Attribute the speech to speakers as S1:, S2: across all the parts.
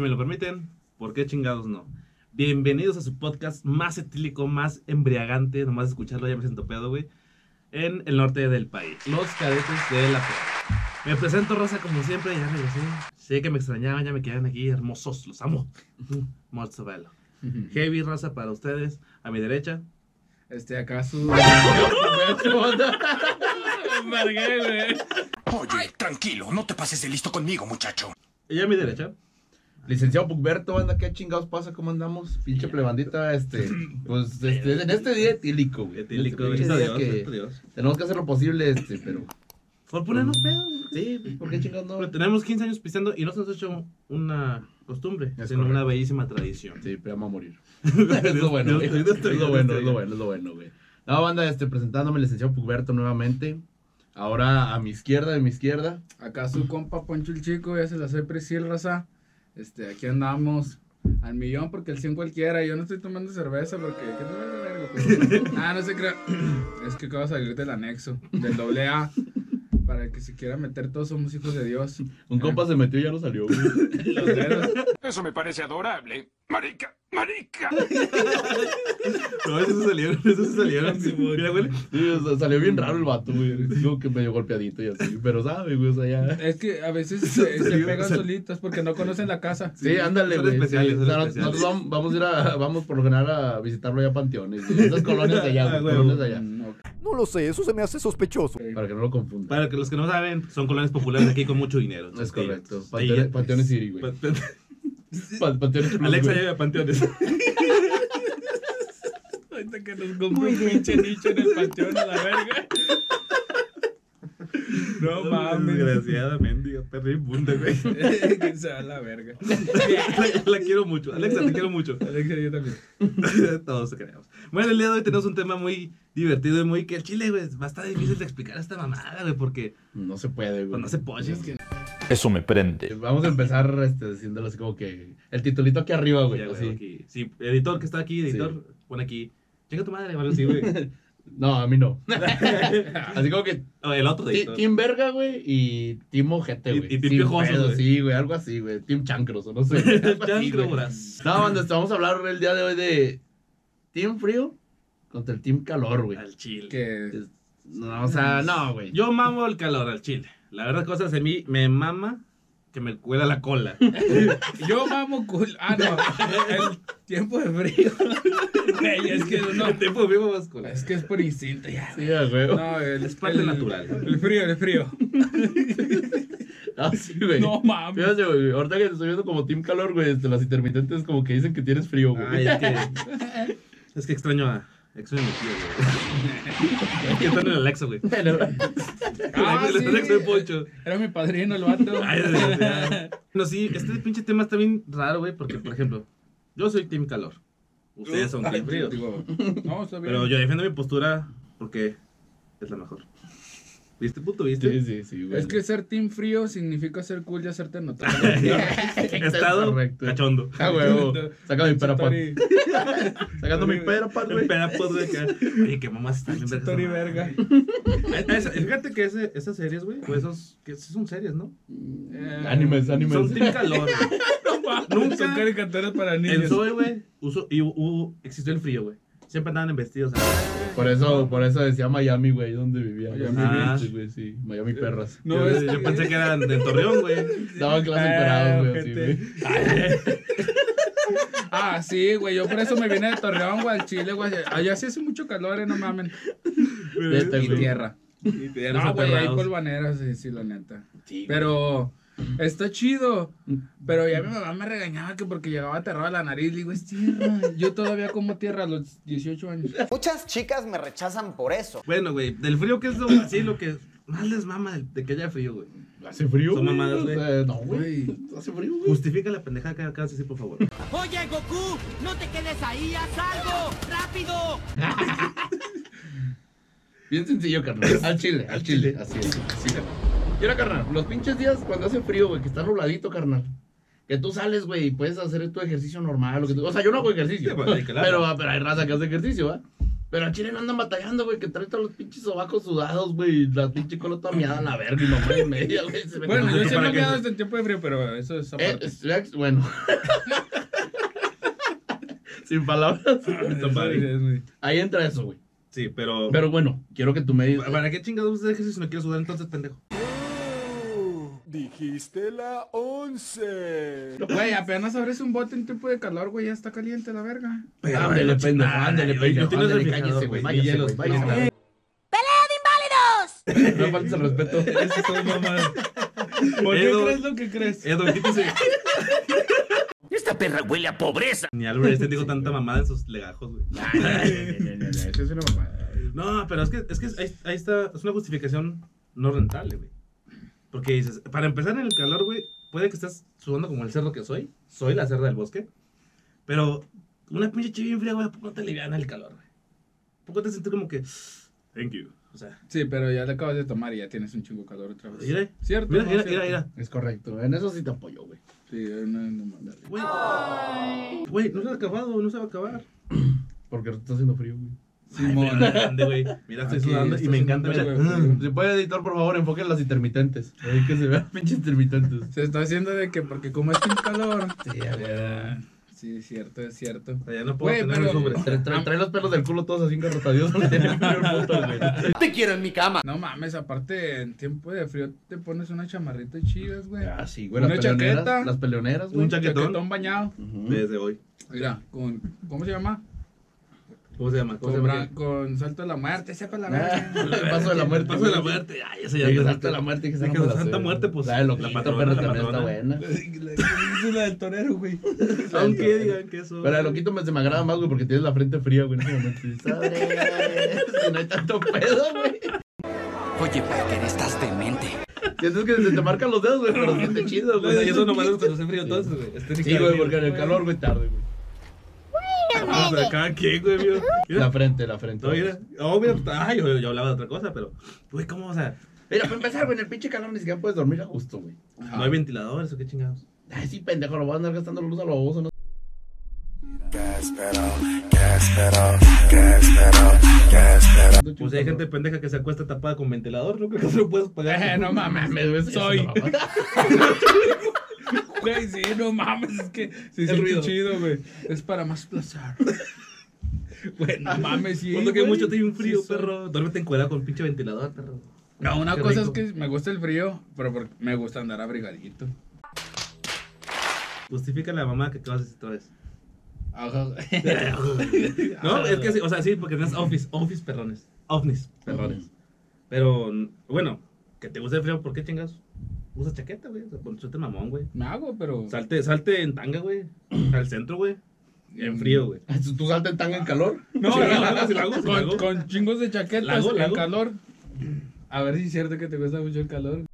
S1: me lo permiten, ¿por qué chingados no? Bienvenidos a su podcast más etílico, más embriagante, nomás escucharlo ya me siento pedo, güey, en el norte del país, los cadetes de la Peda. Me presento, Rosa, como siempre, ya regresé. Sé que me extrañaban, ya me quedan aquí hermosos, los amo. Mozzarella. Heavy, Rosa, para ustedes, a mi derecha.
S2: Este, acaso.
S3: Oye, tranquilo, no te pases de listo conmigo, muchacho.
S1: Ella a mi derecha.
S2: Licenciado Pugberto, banda, ¿qué chingados pasa? ¿Cómo andamos? Pinche plebandita, este. Pues este, en este día etílico, güey.
S1: Etílico,
S2: En
S1: bendito
S2: este pinche
S1: Dios,
S2: día que
S1: bendito Dios.
S2: Tenemos que hacer lo posible, este, pero.
S1: Por ponernos pedos.
S2: Sí, pues, ¿por qué chingados no?
S1: Pero tenemos 15 años pisando y no se nos ha hecho una costumbre,
S2: Es
S1: sino una
S2: correcto.
S1: bellísima tradición.
S2: Sí, pero vamos a morir. es lo bueno, güey. Es lo bueno, es lo bueno, es lo bueno, güey. No, banda, este, presentándome, licenciado Pugberto nuevamente. Ahora a mi izquierda, de mi izquierda.
S4: Acá su compa Poncho el Chico, ya se la soy Priscil Raza. Este, aquí andamos al millón porque el 100 cualquiera. Yo no estoy tomando cerveza porque. ¿qué te vale verga, pues? ah, no se crea. Es que acabo de salir del anexo, del doble A. Para el que se quiera meter, todos somos hijos de Dios.
S2: Un compa se metió y ya no salió, güey.
S4: Los dedos.
S3: Eso me parece adorable. Marica, marica.
S1: No, esos se salieron, esos se salieron. Mira, güey.
S2: Sí, o sea, salió bien raro el vato, güey. Digo que medio golpeadito y así. Pero sabe, güey, o sea, ya.
S4: Es que a veces se, se
S1: Salió-
S4: pegan
S1: sal-
S4: solitas porque no conocen la casa.
S2: Sí, ándale,
S1: son
S2: güey.
S1: especiales,
S2: sí.
S1: son
S2: O sea, no-
S1: especiales.
S2: nosotros vamos, vamos a ir a, vamos por lo general a visitarlo ya a panteones. güey. Esas colonias de allá,
S1: Ah,
S2: güey,
S1: güey.
S2: colonias de allá.
S4: Mm, ok.
S5: No lo sé, eso se me hace sospechoso.
S2: Para que no lo confundan.
S1: Para que los que no saben, son colonias populares aquí con mucho dinero.
S2: Es
S1: Entonces,
S2: correcto.
S1: sí,
S2: Panteones,
S1: sí,
S2: panteones Siri, güey.
S1: pa- pa-
S2: Pa- Panteones Plus,
S1: Alexa
S2: güey.
S1: llega a panteones.
S4: Ahorita que nos compró un pinche nicho en el panteón a la verga. No mames.
S1: Desgraciadamente, yo perdí punta, güey.
S4: que se va a la verga.
S1: La, la quiero mucho. Alexa, te quiero mucho.
S4: Alexa, yo también.
S1: Todos creemos. Bueno, el día de hoy tenemos un tema muy divertido y muy que el chile, güey, va a estar difícil de explicar esta mamada, güey, porque
S2: No se puede, güey.
S1: pues, no se poche.
S4: Es que-
S5: Eso me prende.
S2: Vamos a empezar este, diciéndolo así como que. El titulito aquí arriba, güey.
S1: Ya, güey,
S2: así.
S1: aquí. Sí, editor que está aquí, editor, pon aquí. Chinga tu madre, bueno, sí, güey.
S2: No, a mí no. así como que.
S1: O Oh, el otro de
S2: ti-
S1: editor.
S2: Team Verga, güey. Y Team Ojete,
S1: Y-
S2: güey.
S1: y team
S2: Sin
S1: piojosos,
S2: pedo,
S1: güey.
S2: Sí, güey. Algo así, güey. Team Chancros, o no sé. algo así, güey.
S1: Chancroboras.
S2: No, banda, este, vamos a hablar el día de hoy de Team Frío contra el Team Calor, güey.
S1: Al chile.
S4: Que
S2: No, o sea, no, güey.
S1: Yo mamo el calor al chile. La verdad, cosas en mí me mama que me cuela la cola.
S4: yo mamo cool. Ah, no. El tiempo de frío. Güey, es que no.
S1: El tiempo vivo más cola.
S4: Es que es por instinto ya.
S2: Sí, a huevo. No,
S4: No, el,
S1: Es parte
S4: el-
S1: natural.
S4: El frío, el frío.
S2: sí, güey.
S4: No mames.
S2: Fíjate, güey, ahorita que te estoy viendo como Team Calor, güey, este, las intermitentes como que dicen que tienes frío, güey.
S1: Ay, es que. Es que extraño a. Extraño a mi tío, güey. Es que están en el Alexa, güey.
S4: Ah,
S1: el Alexa de
S4: sí.
S1: Poncho.
S4: Era mi padrino el vato.
S1: Ay, desgraciado. No, sí, este pinche tema está bien raro, güey, porque, por ejemplo, yo soy Team Calor. Ustedes son Team Frío.
S4: Digo, No, está bien.
S1: Pero yo defiendo mi postura porque es la mejor. ¿Viste, puto?
S2: Sí,
S1: ¿Viste?
S2: sí, sí, güey.
S4: Es que ser team frío significa ser cool y hacerte notar.
S1: Estado
S2: correcto.
S1: cachondo.
S2: Ah, huevo. Saca mi perapán.
S4: Tori-
S2: Sacando mi perapán, güey.
S1: Espera, pues, güey, acá. Oye, qué mamás están bien
S4: Tori verga.
S1: vergas. Esa- Fíjate que ese, esas series, güey, o esos, que sí son series, ¿no?
S4: Eh,
S2: Animes, animes.
S1: Son Team Calor. Nunca-
S4: Son caricaturas para
S1: El
S4: niños.
S1: Zoe, güey, usó, y hubo- existió el frío, güey. Siempre andaban en vestidos.
S2: Por eso, por eso decía Miami, güey, donde vivía.
S4: Miami
S2: Ah,
S1: Beach.
S2: sí, güey, sí. Miami Perras.
S4: No,
S1: yo,
S4: es
S1: yo
S4: que-
S1: pensé que eran de Torreón, güey.
S2: Daban clases
S4: Ah,
S2: parados, güey, así,
S4: ojete.
S2: güey.
S4: Ah, sí, güey. Yo por eso me vine de Torreón, güey, al Chile, güey. Allá sí hace mucho calor, eh, no mamen.
S2: Vete,
S4: Y
S2: güey.
S4: tierra.
S1: Y te
S4: No, güey, hay polvaneras, sí, sí, la neta.
S2: Sí, güey. Mm.
S4: Pero está chido. Pero ya mi mamá me regañaba que porque llegaba aterrado a la nariz. Le digo, es tierra. Yo todavía como tierra a los 18 años.
S6: Muchas chicas me rechazan por eso.
S1: Bueno, güey, del frío que es lo, así, lo que más les mama de, de que haya frío, güey.
S2: Hace frío.
S1: Son
S2: güey,
S1: mamadas,
S2: o
S1: güey.
S2: sea, No, güey.
S4: Güey.
S2: Hace frío, güey.
S1: Justifica la pendejada que acabas de decir, por favor.
S7: Oye, Goku, no te quedes ahí, haz algo, rápido.
S2: Bien sencillo, carnal. Al chile, al chile. Así es. Así, carnal. Y ahora, carnal, los pinches días cuando hace frío, güey, que está nubladito, carnal. Que tú sales, güey, y puedes hacer tu ejercicio normal. lo que tú- O sea, yo no hago ejercicio.
S1: Sí, pues, sí, claro.
S2: pero, pero hay raza que hace ejercicio, ¿va? Pero a Chile no andan batallando, güey, que trae todos los pinches sobacos sudados, güey. y La pinche cola toda miada en la verga y mamá y media, güey. se meten
S4: Bueno,
S2: con
S4: yo
S2: eso
S4: sí
S2: para
S4: me he
S2: que
S4: quedado
S2: se-
S4: desde el tiempo de frío, pero eso es
S2: Eh,
S4: aparte.
S2: es- ex- bueno. Sin palabras.
S4: Ah,
S1: Ahorita,
S4: Eso
S1: padre.
S4: es muy-
S2: Ahí entra eso, güey.
S1: Sí, pero.
S2: Pero bueno, quiero que tú me digas.
S1: ¿Para qué chingados vas a hacer ejercicio si no quieres sudar entonces, pendejo?
S5: Dijiste la 11.
S4: Güey, apenas abres un bote en tiempo de calor, güey, ya está caliente la verga.
S1: Ah,
S2: Ándale,
S1: no,
S2: pendejo,
S1: chingada,
S2: ándale,
S1: yo-
S2: pendejo,
S1: yo tengo el
S2: ándale,
S1: refrigerador,
S2: cállese,
S1: güey,
S2: güey,
S1: ni
S2: váyase,
S1: hielos,
S2: güey, váyase.
S1: no,
S2: No faltes el respeto.
S1: Eso son mamadas.
S4: ¿Por qué
S1: Edo-
S4: crees lo que crees?
S1: Edo, quítese.
S7: Esta perra huele a pobreza.
S1: Ni Albert Einstein dijo tanta mamada en sus legajos, güey.
S4: Eso es una mamada.
S1: No, pero es que, es que ahí, ahí está, es una justificación no rentable, güey. Porque dices, para empezar en el calor, güey, puede que estés sudando como el cerdo que soy, soy la cerda del bosque, pero una pinche chiva bien fría, güey, ¿a poco no te aliviana el calor, güey? ¿A poco te sientes como que, thank you? O sea,
S4: Sí, pero ya le acabas de tomar y ya tienes un chingo de calor otra vez.
S1: Mira,
S4: ¿Cierto?
S1: mira,
S4: ¿No?
S1: mira,
S4: ¿Cierto?
S1: mira, mira.
S2: Es correcto, en eso sí te apoyo, güey.
S4: Sí, no, no, mandale.
S1: Güey, güey, no se ha acabado, no se va a acabar.
S2: Porque está haciendo frío, güey.
S1: Ay,
S4: Simón.
S1: mira, grande, güey. Mira, estoy
S4: Aquí
S1: sudando y
S4: está
S1: me encanta.
S4: haciendo
S1: Mira,
S4: un chingo de frío.
S2: Mm. Si puede editor, por favor, enfoque en las intermitentes. Ahí que se vean pinches intermitentes.
S4: Se está haciendo de que porque como es un calor.
S2: Sí, güey.
S4: Sí, es cierto, es cierto.
S1: o sea, ya no puedo
S4: Güey,
S1: tener
S4: pero-
S1: hombres.
S2: Trae, trae- trae los pelos del culo todos así engarrotaditos. porque tiene frío el puto, güey.
S7: Te quiero en mi cama.
S4: No mames, aparte en tiempo de frío te pones una chamarrita chidas, güey.
S2: Ah, sí, güey.
S4: Una
S2: Las peleoneras,
S4: chaqueta.
S2: las peleoneras, güey.
S1: Un chaquetón.
S4: Chaquetón bañado.
S2: Ujú.
S1: Desde hoy.
S4: Mira, con. ¿Cómo se llama?
S1: ¿Cómo se llama? ¿Cómo se
S4: Con, bra-
S1: llama?
S4: con salto de la muerte, sepa la
S2: Ah,
S4: verga.
S2: el paso de la muerte.
S1: Paso de la muerte. Ay, ese ya
S2: El
S1: te-
S2: paso de la muerte.
S1: Es que
S2: no me la
S1: Santa
S2: sé,
S1: Muerte,
S2: güey.
S1: pues,
S2: La de
S1: la
S2: loquito,
S1: patrona,
S2: perro,
S1: la
S2: también está
S1: patrona.
S2: buena.
S4: Es la del torero, güey.
S1: Aunque digan que eso.
S2: Pero el loquito me, se me agrada más, güey, porque tienes la frente fría, güey, en ese momento. Y, "Sobre". Si no hay tanto pedo, güey.
S7: Oye, Parker, estás demente.
S2: Sientes que se te marcan los dedos, güey, pero siente chido, güey.
S1: Y eso nomás es cuando hace frío entonces, güey.
S2: Sí, güey, porque en el calor, güey, tarde, güey.
S1: O sea, cada quien, pues, güey, mío.
S2: La frente, la frente.
S1: No, mira. Oh, mira. Ah, yo, yo hablaba de otra cosa, pero. Güey, ¿cómo? O sea,
S2: Mira, para empezar, güey, en el pinche calor ni siquiera puedes dormir a gusto, güey.
S1: ¿no hay ventiladores o qué chingados?
S2: Ay, sí, pendejo, lo voy a andar gastando la luz a los bobos, ¿no?
S1: Pues hay gente pendeja que se acuesta tapada con ventilador, ¿no? Creo que se lo puedes pagar.
S4: Eh, no mames,
S2: Me duele
S4: Soy. Güey, sí, no mames, es que sí,
S1: El
S4: siente
S1: ruido.
S4: chido, güey. Es para más placer. Güey, no mames, sí.
S1: Cuando que
S4: güey.
S1: mucho te un
S4: Sí
S1: frío,
S4: soy.
S1: perro. Duérmete encuerado con pinche ventilador, perro.
S4: No, una
S1: Qué
S4: cosa
S1: rico.
S4: es que me gusta el frío, pero porque me gusta andar abrigadito.
S1: Justifica la mamá que acabas de decir otra vez.
S4: Ajá.
S1: No, es que sí, o sea, sí, porque tienes office, office perrones. Ovnis, perrones. Pero, n- bueno, que te guste el frío, ¿por qué chingas? Usa chaqueta, güey. O sea, ponte suéter mamón, güey.
S4: Me hago, pero.
S1: Salte, salte en tanga, güey. Al centro, güey. En frío, güey.
S2: ¿Tú saltas en tanga en calor?
S4: No,
S1: Sí,
S4: no,
S1: la
S4: no,
S1: hago, sí, la hago, sí, la
S4: con,
S1: hago.
S4: con chingos de chaquetas,
S1: La hago, la
S4: el
S1: hago.
S4: calor. A ver si es cierto que te gusta mucho el calor.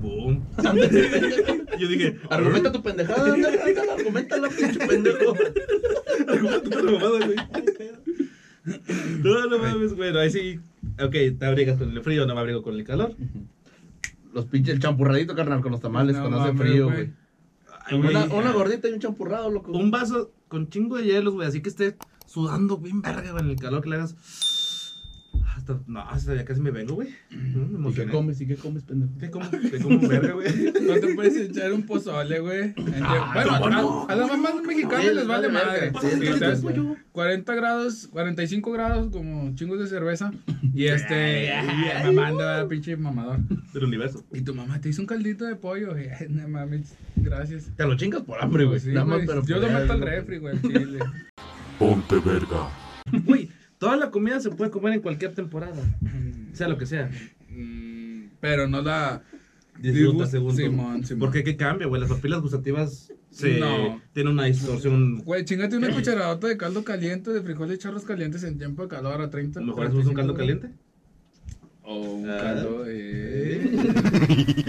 S1: Boom. Yo dije,
S2: Argumenta tu pendejada, anda, anda, argumenta la pinche pendejo.
S1: argumenta tu perra mamada, güey. No, no mames, bueno, ahí sí. Ok, te abrigas con el frío, no me abrigo con el calor.
S2: Los pinches, el champurradito, carnal, con los tamales,
S4: No
S2: cuando hace
S4: mames,
S2: frío,
S4: güey.
S2: güey.
S1: Ay, güey.
S2: Una, una gordita y un champurrado, loco.
S1: un vaso con chingo de hielos, güey, así que estés sudando bien verga, güey, en el calor que le hagas. Hasta, no, hasta ya casi me vengo, güey. Mm, me
S2: ¿Y qué
S1: emocioné.
S2: comes? ¿Y qué comes, pendejo?
S1: ¿Qué como? ¿Qué como verga, güey?
S4: No te puedes echar un pozole, güey. Entre-
S2: Ah, ¿cómo
S4: bueno,
S2: no?
S4: a, a las mamás mexicanas
S2: Sí,
S4: les vale
S2: vale
S4: madre.
S2: verga.
S4: Sí,
S2: Sí,
S4: ¿sabes?
S2: sí, sí.
S4: 40 grados, 45 grados, como chingos de cerveza. Y este, y me manda a pinche mamador.
S1: Del universo.
S4: Y tu mamá te hizo un caldito de pollo. güey. Ay, No mames, gracias.
S2: Te lo chingas por hambre, güey.
S4: Sí,
S2: Nada más,
S4: güey.
S2: pero
S4: Yo
S2: por
S4: lo meto al
S2: hambre.
S4: refri, güey. al chile.
S5: Ponte verga.
S1: Güey, toda la comida se puede comer en cualquier temporada, sea lo que sea.
S4: Mm, Pero no la.
S1: Disfruta
S4: Disgust-
S1: según tú.
S4: Simón, Simón.
S1: Porque qué cambia, güey, las papilas gustativas se
S4: No.
S1: tienen una distorsión.
S4: Güey, chingate una cucharadota de caldo caliente, de frijoles charros calientes en tiempo de calor a 30.
S1: A lo mejor hacemos un caldo
S4: 45
S1: caliente.
S4: O un
S1: Ah.
S4: caldo. eh,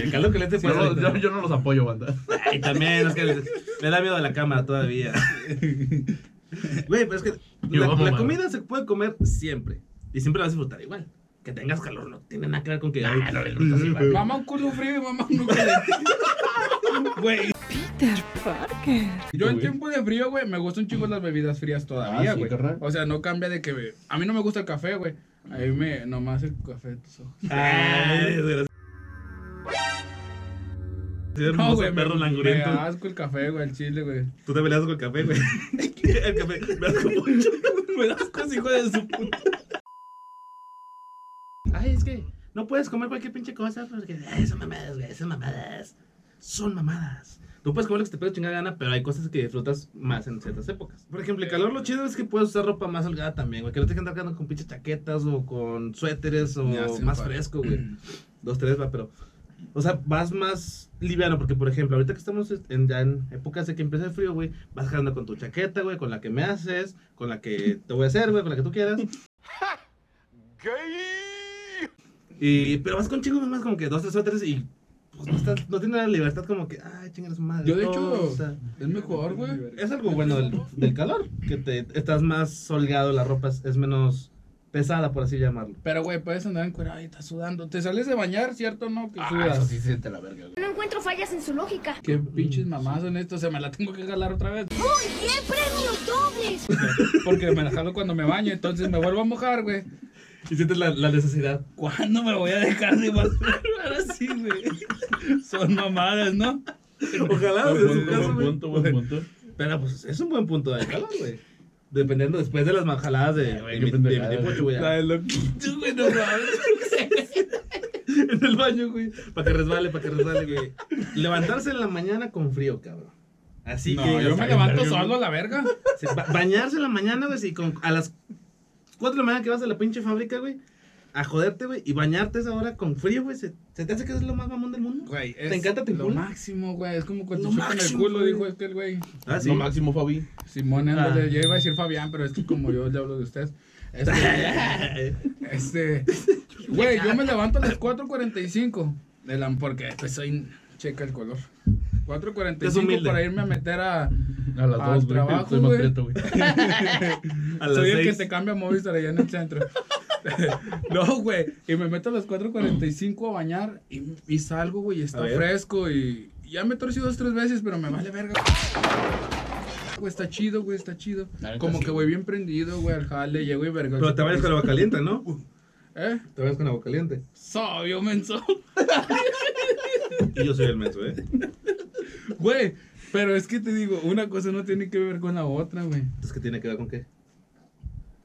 S1: El caldo caliente pues,
S2: Yo,
S1: fue.
S2: no- yo- yo no los apoyo, banda.
S1: Ay, también, es que me da miedo a la cámara todavía. Güey, pero es que
S2: Yo
S1: la,
S2: amo,
S1: la
S2: mano.
S1: comida se puede comer siempre. Y siempre la vas a disfrutar igual. Que tengas calor no tiene nada que ver con que. ay,
S2: no, no, no, no, no, no,
S4: Mamá un culo frío y mamá un culo caliente. Güey.
S8: Peter Parker.
S4: Yo en
S2: güey.
S4: tiempo de frío, güey, me gustan un chingo las bebidas frías todavía,
S2: Ah, sí,
S4: güey.
S2: carnal.
S4: o sea, no cambia de que a mí no me gusta el café, güey. A mí me nomás el café de tus ojos.
S1: Ay, desgraciado. hermoso
S4: No, güey, me,
S1: perro
S4: me
S1: languriento.
S4: da asco el café, güey, el chile, güey.
S1: Tú te peleas con el café, güey. El café. Me das como mucho. Me das con hijo de su puta. Ay, es que no puedes comer cualquier pinche cosa porque ay, son mamadas, güey. Son mamadas. Son mamadas. Tú puedes comer lo que te pegue chingada gana, pero hay cosas que disfrutas más en ciertas épocas. Por ejemplo, el calor lo chido es que puedes usar ropa más holgada también, güey. Que no te que andar cargando con pinches chaquetas o con suéteres o
S4: Ya, sí,
S1: más
S4: padre.
S1: fresco, güey. Dos, tres va, pero o sea, vas más liviano, porque por ejemplo, ahorita que estamos en, ya en épocas de que empieza el frío, güey, vas jalando con tu chaqueta, güey, con la que me haces, con la que te voy a hacer, güey, con la que tú quieras. Y, pero vas con chicos más como que dos, tres suéteres y pues no, estás, no tienes la libertad como que, ay, chingas madre.
S4: Yo, de
S1: todo,
S4: hecho-
S1: o sea,
S4: Es mejor, güey.
S1: es algo bueno del, del calor, que te, estás más holgado, la ropa es, es menos pesada, por así llamarlo.
S4: Pero, güey, puedes andar encuerado y estás sudando. Te sales de bañar, ¿cierto? No, que
S2: Ah,
S4: sudas.
S2: eso sí se siente la verga, güey.
S9: No encuentro fallas en su lógica.
S4: Qué pinches mamás son estos. O sea, me la tengo que jalar otra vez.
S9: ¡Y hay premios dobles!
S4: Porque me la jalo cuando me baño. Entonces me vuelvo a mojar, güey.
S1: Y sientes la, la necesidad.
S4: ¿Cuándo me voy a dejar de bañar? Ahora sí, güey. Son mamadas, ¿no?
S1: Ojalá, o sea, Ah, pues, en su caso,
S2: Buen
S1: güey.
S2: punto, buen punto.
S1: Pero pues es un buen punto de calor, güey. Dependiendo después de las majaladas de, güey,
S2: qué
S1: mi- de, mi
S2: pendejada,
S1: tiempo,
S2: güey.
S1: güey,
S4: La
S1: ya.
S4: de loquito, güey, no mames.
S1: en el baño, güey. Para que resbale, para que resbale, güey. Levantarse en la mañana con frío, cabrón. Así
S4: No,
S1: que.
S4: yo
S1: hasta
S4: me
S1: que-
S4: levanto solo a la verga.
S1: Sí, ba- bañarse en la mañana, güey, si con, a las 4 de la mañana que vas a la pinche fábrica, güey. A joderte, güey. Y bañarte a esa hora con frío, güey. ¿Se, se te hace que es lo más mamón del mundo?
S4: Güey,
S1: ¿Te encanta, te
S4: lo
S1: culo?
S4: máximo, güey. Es como cuando
S1: Lo
S4: chupan el
S1: máximo,
S4: culo,
S1: güey.
S4: dijo este el güey.
S1: Ah, sí.
S2: Lo máximo, Fabi.
S4: Simón,
S1: Ah.
S4: ándale. Yo iba a decir Fabián, pero es que como yo le hablo de usted. Este, este, güey, yo me levanto a las 4.45 de la, porque pues soy, checa el color.
S1: Es
S4: 4.45
S1: humilde.
S4: para irme a meter a,
S2: A las
S4: Al
S2: dos, güey.
S4: trabajo,
S2: Estoy más
S4: güey.
S2: prieto, güey.
S1: a las
S4: Soy el que
S1: seis.
S4: te cambia a Movistar allá en el centro. no, güey. Y me meto a las 4.45 a bañar y, y salgo, güey. y
S1: A
S4: Está
S1: ver.
S4: fresco y ya me torcí dos, tres veces, pero me vale verga. Güey, está chido, güey, está chido.
S2: La neta,
S4: Como
S2: sí.
S4: que, güey, bien prendido, güey, al jale, llego y verga.
S1: Pero te vayas con agua caliente, ¿no?
S4: ¿Eh?
S1: Te vayas con agua caliente.
S4: Sabio, menso.
S1: Y yo soy el menso, ¿eh?
S4: Güey, pero es que te digo, una cosa no tiene que ver con la otra, güey.
S1: Entonces, ¿qué tiene que ver con qué?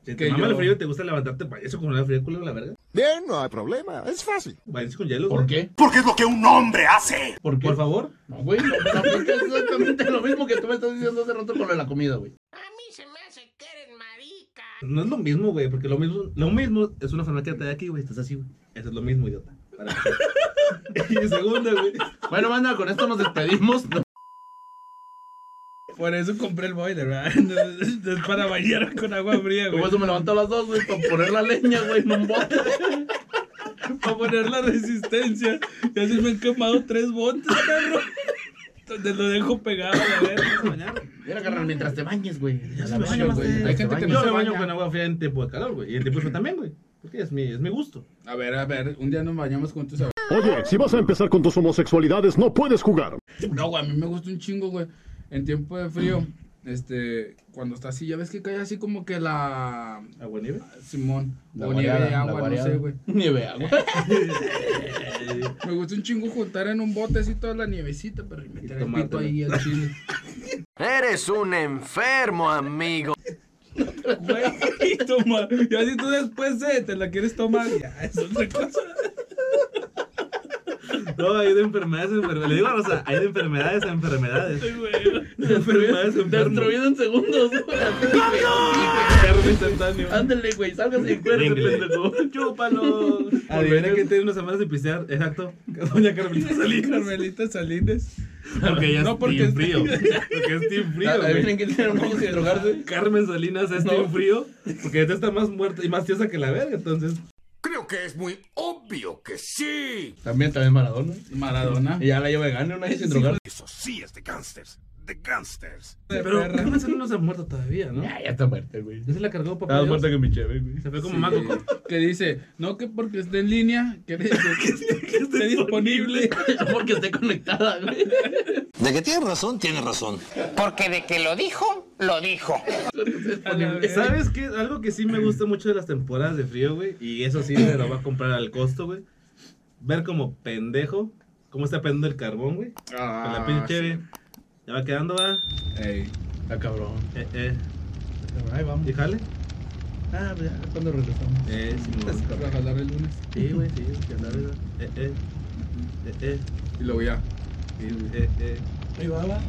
S1: Si
S4: Que
S1: te mama
S4: yo-
S1: el frío y te gusta levantarte para eso con el frío, culo, la verga.
S5: Bien, no hay problema, es fácil.
S1: Váyanse con hielo.
S2: ¿Por qué?
S5: Porque es lo que un hombre hace.
S2: ¿Por qué?
S1: Por favor.
S2: No, güey, no, no, porque es exactamente lo mismo que tú me estás diciendo hace rato con lo de la comida, güey.
S9: A mí se me hace que eres marica.
S1: pues, No es lo mismo, güey, porque lo mismo, lo mismo es una enfermedad que te da aquí, güey. Estás así, güey. Eso es lo mismo, idiota. Para y segunda, güey.
S2: Bueno, banda, con esto nos despedimos. No,
S4: Por eso compré el boiler, ¿verdad? No es para bañar con agua fría, güey.
S2: Como eso pues, me levanto a las dos, güey, para poner la leña, güey, en un bote.
S4: Para poner la resistencia. Ya se me han quemado tres botes, perro. Te lo dejo pegado, a ver.
S2: Mira, carnal, mientras te bañes, güey. Ya
S1: se baña más de-
S2: Hay gente que
S1: Yo
S2: no
S1: me baño con agua fría en tiempo de calor, güey. Y en tiempo de frío también, güey. Porque es mi, es mi gusto.
S4: A ver, a ver, un día nos bañamos juntos. A ver.
S10: Oye, si vas a empezar con tus homosexualidades, no puedes jugar.
S4: No, güey, a mí me gusta un chingo, güey. En tiempo de frío, este, cuando está así, ya ves que cae así como que la.
S1: Agua nieve.
S4: Simón,
S2: La
S4: o nieve de
S2: guareada, la
S4: agua, no sé,
S2: guareada.
S4: güey.
S2: Nieve, agua.
S4: Me gusta un chingo juntar en un bote así toda la nievecita, pero y meter el
S1: tomártela.
S4: pito ahí al chile.
S6: Eres un enfermo, amigo.
S4: Güey, y toma. Y así tú después eh, te la quieres tomar. Ya, es otra cosa.
S1: No, hay de enfermedades a enfermedades. Le digo a Rosa, hay de enfermedades a enfermedades.
S4: Güey.
S1: De enfermedades a enfermedades.
S2: Destruido en segundos, güey. Así, güey.
S1: Perro instantáneo.
S2: Ándale, güey, sálgase y cuérdese, pendejo.
S1: Inglés. Chúpalo. Adivina que tiene unas semanas de pistear. Exacto. Doña Carmelita Salinas.
S4: Carmelita Salines.
S1: Porque ella
S4: No,
S1: es
S4: porque
S1: team
S4: es-
S1: frío. Porque es team frío.
S2: Ah,
S1: güey.
S2: Miren que tiene un ojo sin drogarse.
S1: Carmen Salinas es team frío. Porque esta está más muerta y más tiesa que la verga. Entonces,
S3: Creo que es muy obvio que sí.
S2: También, también Maradona.
S4: Maradona.
S2: Y ya la lleva de gane una vez sin drogarse.
S3: Eso sí es de gángsters.
S5: de gangsters.
S1: Pero
S4: perra.
S1: Carmen Salinas no se ha muerto todavía, ¿no?
S2: Ya, ya está muerta, güey.
S1: Ya se la cargó papá.
S2: Estás
S1: Dios.
S2: muerta que mi cheve, güey.
S1: Se fue como
S4: Sí,
S1: mago.
S4: que dice, no que porque esté en línea, que, que- que esté disponible.
S2: Porque esté conectada, güey.
S6: De que tiene razón, tiene razón.
S8: Porque de que lo dijo, lo dijo.
S1: ¿Sabes qué? Algo que sí me gusta mucho de las temporadas de frío, güey. Y eso sí me lo va a comprar al costo, güey. Ver como pendejo. Cómo está prendiendo el carbón, güey. Con la pinche cheve. Ya va quedando, va.
S4: Ey,
S2: Está Ah, cabrón.
S1: Eh, eh.
S2: Ahí vamos.
S1: ¿Y jale?
S2: Ah, pues ya, cuando regresamos.
S1: Eh, sí,
S4: para jalar el lunes.
S1: Sí, güey, sí, que la verdad. Eh, eh. Eh, eh.
S4: Y luego ya.
S1: Sí, güey, eh, eh.
S2: Ahí va, va.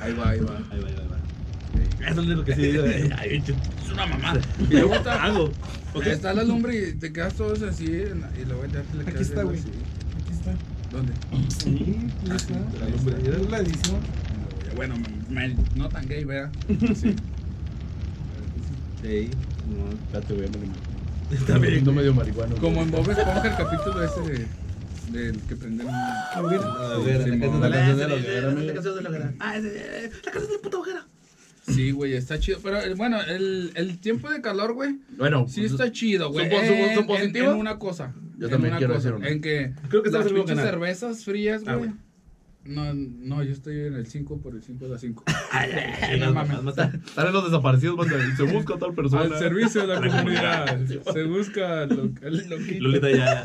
S4: Ahí va, ahí va.
S1: Ahí va, ahí va, ahí va. Eso es lo único que sí digo. eh. Ay, ch- Es una mamada.
S4: Y luego está-
S1: Hago. Porque
S4: Está la lumbre y te quedas todos así. eh, en- Y luego ya te le quedas
S8: está,
S4: viendo
S8: güey.
S4: así.
S8: Aquí está.
S4: ¿Dónde? Ah,
S8: Sí, aquí está.
S1: la lumbre.
S8: Esta es la edición.
S4: Bueno, me- no tan gay, vea.
S1: Sí, no.
S2: Date, güey, me lo imagino.
S1: Está bien.
S2: No medio marihuana. güey.
S4: Como en Bob Esponja el capítulo ese de, del que prenden.
S8: A ver.
S2: La
S1: Ah,
S2: canción
S1: sí, sí,
S2: de la hoguera,
S1: sí,
S2: amigo.
S1: la canción de la hoguera. Ah, sí, sí, sí, la canción de la puta hoguera.
S4: Sí, güey, está chido. Pero eh, bueno, el, el tiempo de calor, güey,
S2: Bueno,
S4: sí está chido, güey.
S2: Pues, ¿Supo- supo-
S4: En-
S2: supo
S4: en,
S2: positivo?
S4: en una cosa.
S2: Yo
S4: en
S2: también
S4: una
S2: quiero
S4: cosa,
S2: decir una.
S4: En que
S1: Creo que estamos
S4: las
S1: en el mismo
S4: pinches
S1: canal.
S4: cervezas frías,
S1: Ah,
S4: güey.
S1: güey.
S4: No, no, yo estoy en el 5 por el 5 de las 5.
S1: Sí,
S4: no
S1: no,
S4: mames.
S1: no, no está.
S2: Salen los desaparecidos, cuando se busca a tal persona.
S4: Al servicio de la comunidad. Se busca lo, al loquito,
S1: Lolita ya.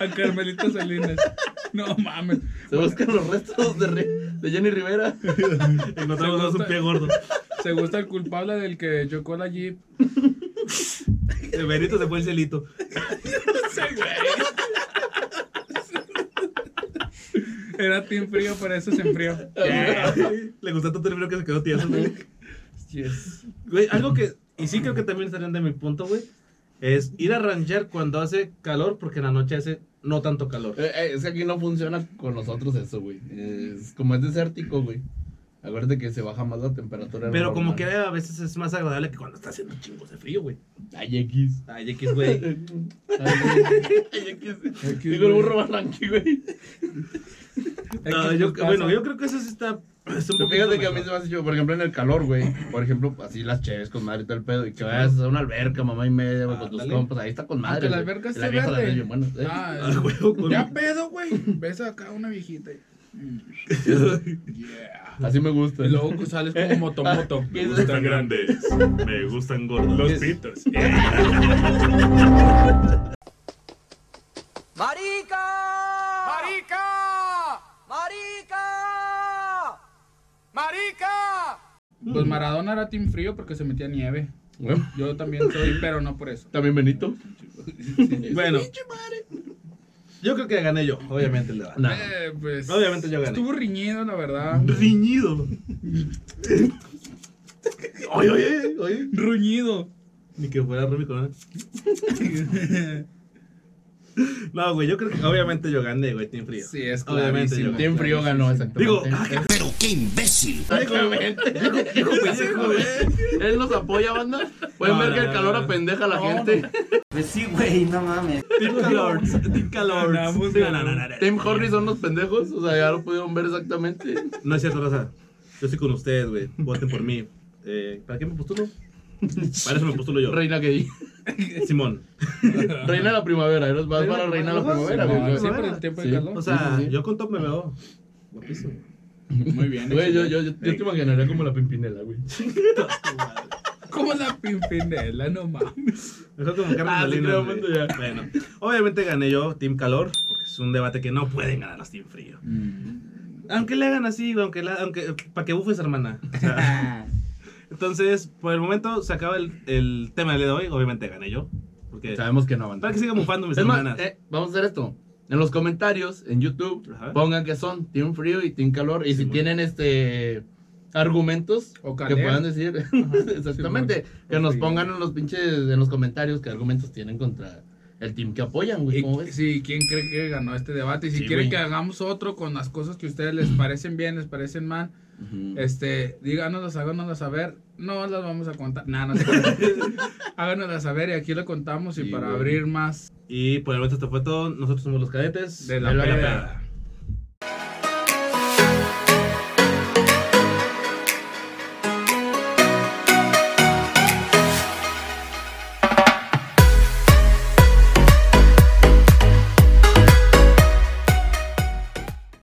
S4: a Carmelita Salinas. No mames.
S2: Se buscan los restos de, Re- de Jenny Rivera.
S1: Encontramos
S4: Se
S1: dos un
S4: gusta.
S1: pie gordo.
S4: Se gusta el culpable del que chocó la Jeep.
S1: El Benito se fue el celito.
S4: Era team frío, pero eso se enfrió.
S1: Le gustó tanto el frío que se quedó tieso, güey. Güey, algo que. Y sí creo que también estarían de mi punto, güey. Es ir a ranchar cuando hace calor, porque en la noche hace no tanto calor.
S2: Eh, eh, es que aquí no funciona con nosotros eso, güey. Es como es desértico, güey. Acuérdate que se baja más la temperatura.
S1: Pero como
S2: normal.
S1: que a veces es más agradable que cuando está haciendo chingos de frío, güey.
S2: Ay, X.
S1: Ay, X, güey.
S2: Ay, X. Digo, el burro barranqui, güey.
S1: Ah, yo- bueno, yo creo que eso sí está. Es un
S2: Pero
S1: poquito
S2: Fíjate que a mí
S1: mejor.
S2: se me hace chido, por ejemplo, en el calor, güey. Por ejemplo, así las cheves con madre y todo el pedo. Y que vayas a una alberca, mamá y media, güey, con tus
S1: Ándale.
S2: compas. Ahí está con madre.
S4: Aunque la
S2: güey.
S4: alberca
S2: Y
S4: esté
S2: vieja la
S4: verde.
S2: ve bien buena, ¿eh?
S4: Ah,
S1: Ah, güey, con-
S4: ya pedo, güey. Ves acá una viejita. y- Yeah.
S2: Así me gusta.
S4: Y luego que sales como motomoto.
S2: Me
S4: gusta
S3: grandes. Me gustan gordos. Los pitos.
S7: ¡Marica! ¡Marica! ¡Marica! ¡Marica!
S4: Pues Maradona era team frío porque se metía nieve.
S2: Güey,
S4: Yo también soy, pero no por eso.
S2: También Benito.
S1: Bueno. Yo creo que gané yo, obviamente, el debate.
S2: No.
S4: Eh, pues,
S1: Obviamente yo gané.
S4: Estuvo riñido, la verdad.
S1: Riñido. oye, oye, oye.
S4: Ruñido.
S1: Ni que fuera Rumi Corona. No, güey, yo creo que obviamente yo gané, güey, Team Frío.
S4: Sí, es
S1: Obviamente yo
S4: clarísimo.
S1: gané.
S2: Bien frío ganó, exactamente.
S1: Digo, ah,
S2: Exactamente.
S5: Pero qué imbécil.
S1: Digo, pendejo, güey.
S2: Él nos apoya, banda. Pueden
S1: No,
S2: ver
S1: no,
S2: que el
S1: no,
S2: calor
S1: no.
S2: apendeja a la gente.
S6: Pues sí, güey, no mames.
S1: Team Calords, Team Calords.
S4: Ganamos,
S1: Sí, no, no, no, no, no.
S2: Tim Horry son los pendejos. O sea, ya lo pudieron ver exactamente.
S1: No es cierto, Rosa. Yo estoy con ustedes, güey. Voten por mí. Eh, ¿Para qué me postulo? Para eso me postulo yo.
S2: Reina gay. eh,
S1: Simón.
S2: Reina de la primavera. Eres más para reina de la primavera, güey.
S4: Sí, por el tiempo de
S2: Sí.
S4: calor.
S1: O sea,
S2: Sí, sí, sí.
S1: yo con top me veo. Guapísimo.
S4: Muy bien.
S2: Güey, yo, yo,
S4: excelente.
S2: yo, yo te imaginaría como la pimpinela, güey.
S4: Como la pimpinela, no mames.
S1: Mejor como Carmen
S2: Ah, sí,
S1: Salinas,
S2: creo,
S1: güey.
S2: punto ya.
S1: Bueno, obviamente gané yo Team Calor, porque es un debate que no pueden ganar los Team Frío.
S4: Mm.
S1: Aunque le hagan así, aunque, la- aunque para que bufes, hermana. O
S2: Ah,
S1: sea, entonces, por el momento se acaba el, el tema del día de hoy. Obviamente gané yo. Porque
S2: Sabemos que no aguanta.
S1: para que sigan bufando mis
S2: Es más,
S1: hermanas.
S2: eh, vamos a hacer esto. En los comentarios, en YouTube,
S1: Ajá.
S2: pongan que son Team Frío y Team Calor. Y si
S1: Simón.
S2: tienen este argumentos
S4: O
S2: que
S4: calor.
S2: puedan decir exactamente,
S4: Simón.
S2: que nos
S4: Ok.
S2: pongan en los pinches, en los comentarios qué argumentos tienen contra el team que apoyan, güey. pues, ¿Cómo
S4: Y,
S2: ves?
S4: sí, ¿quién cree que ganó este debate? Y si
S2: Sí,
S4: quieren
S2: güey.
S4: que hagamos otro con las cosas que a ustedes les parecen bien, les parecen mal,
S2: Ujú.
S4: este, díganoslas, háganoslas saber. No las vamos a contar. Nada, no sé. háganoslas saber y aquí lo contamos y
S2: Sí,
S4: para
S2: güey.
S4: abrir más
S1: Y por el momento esto fue todo. Nosotros somos los cadetes.
S4: de la,
S2: De la
S4: peda.
S2: peda.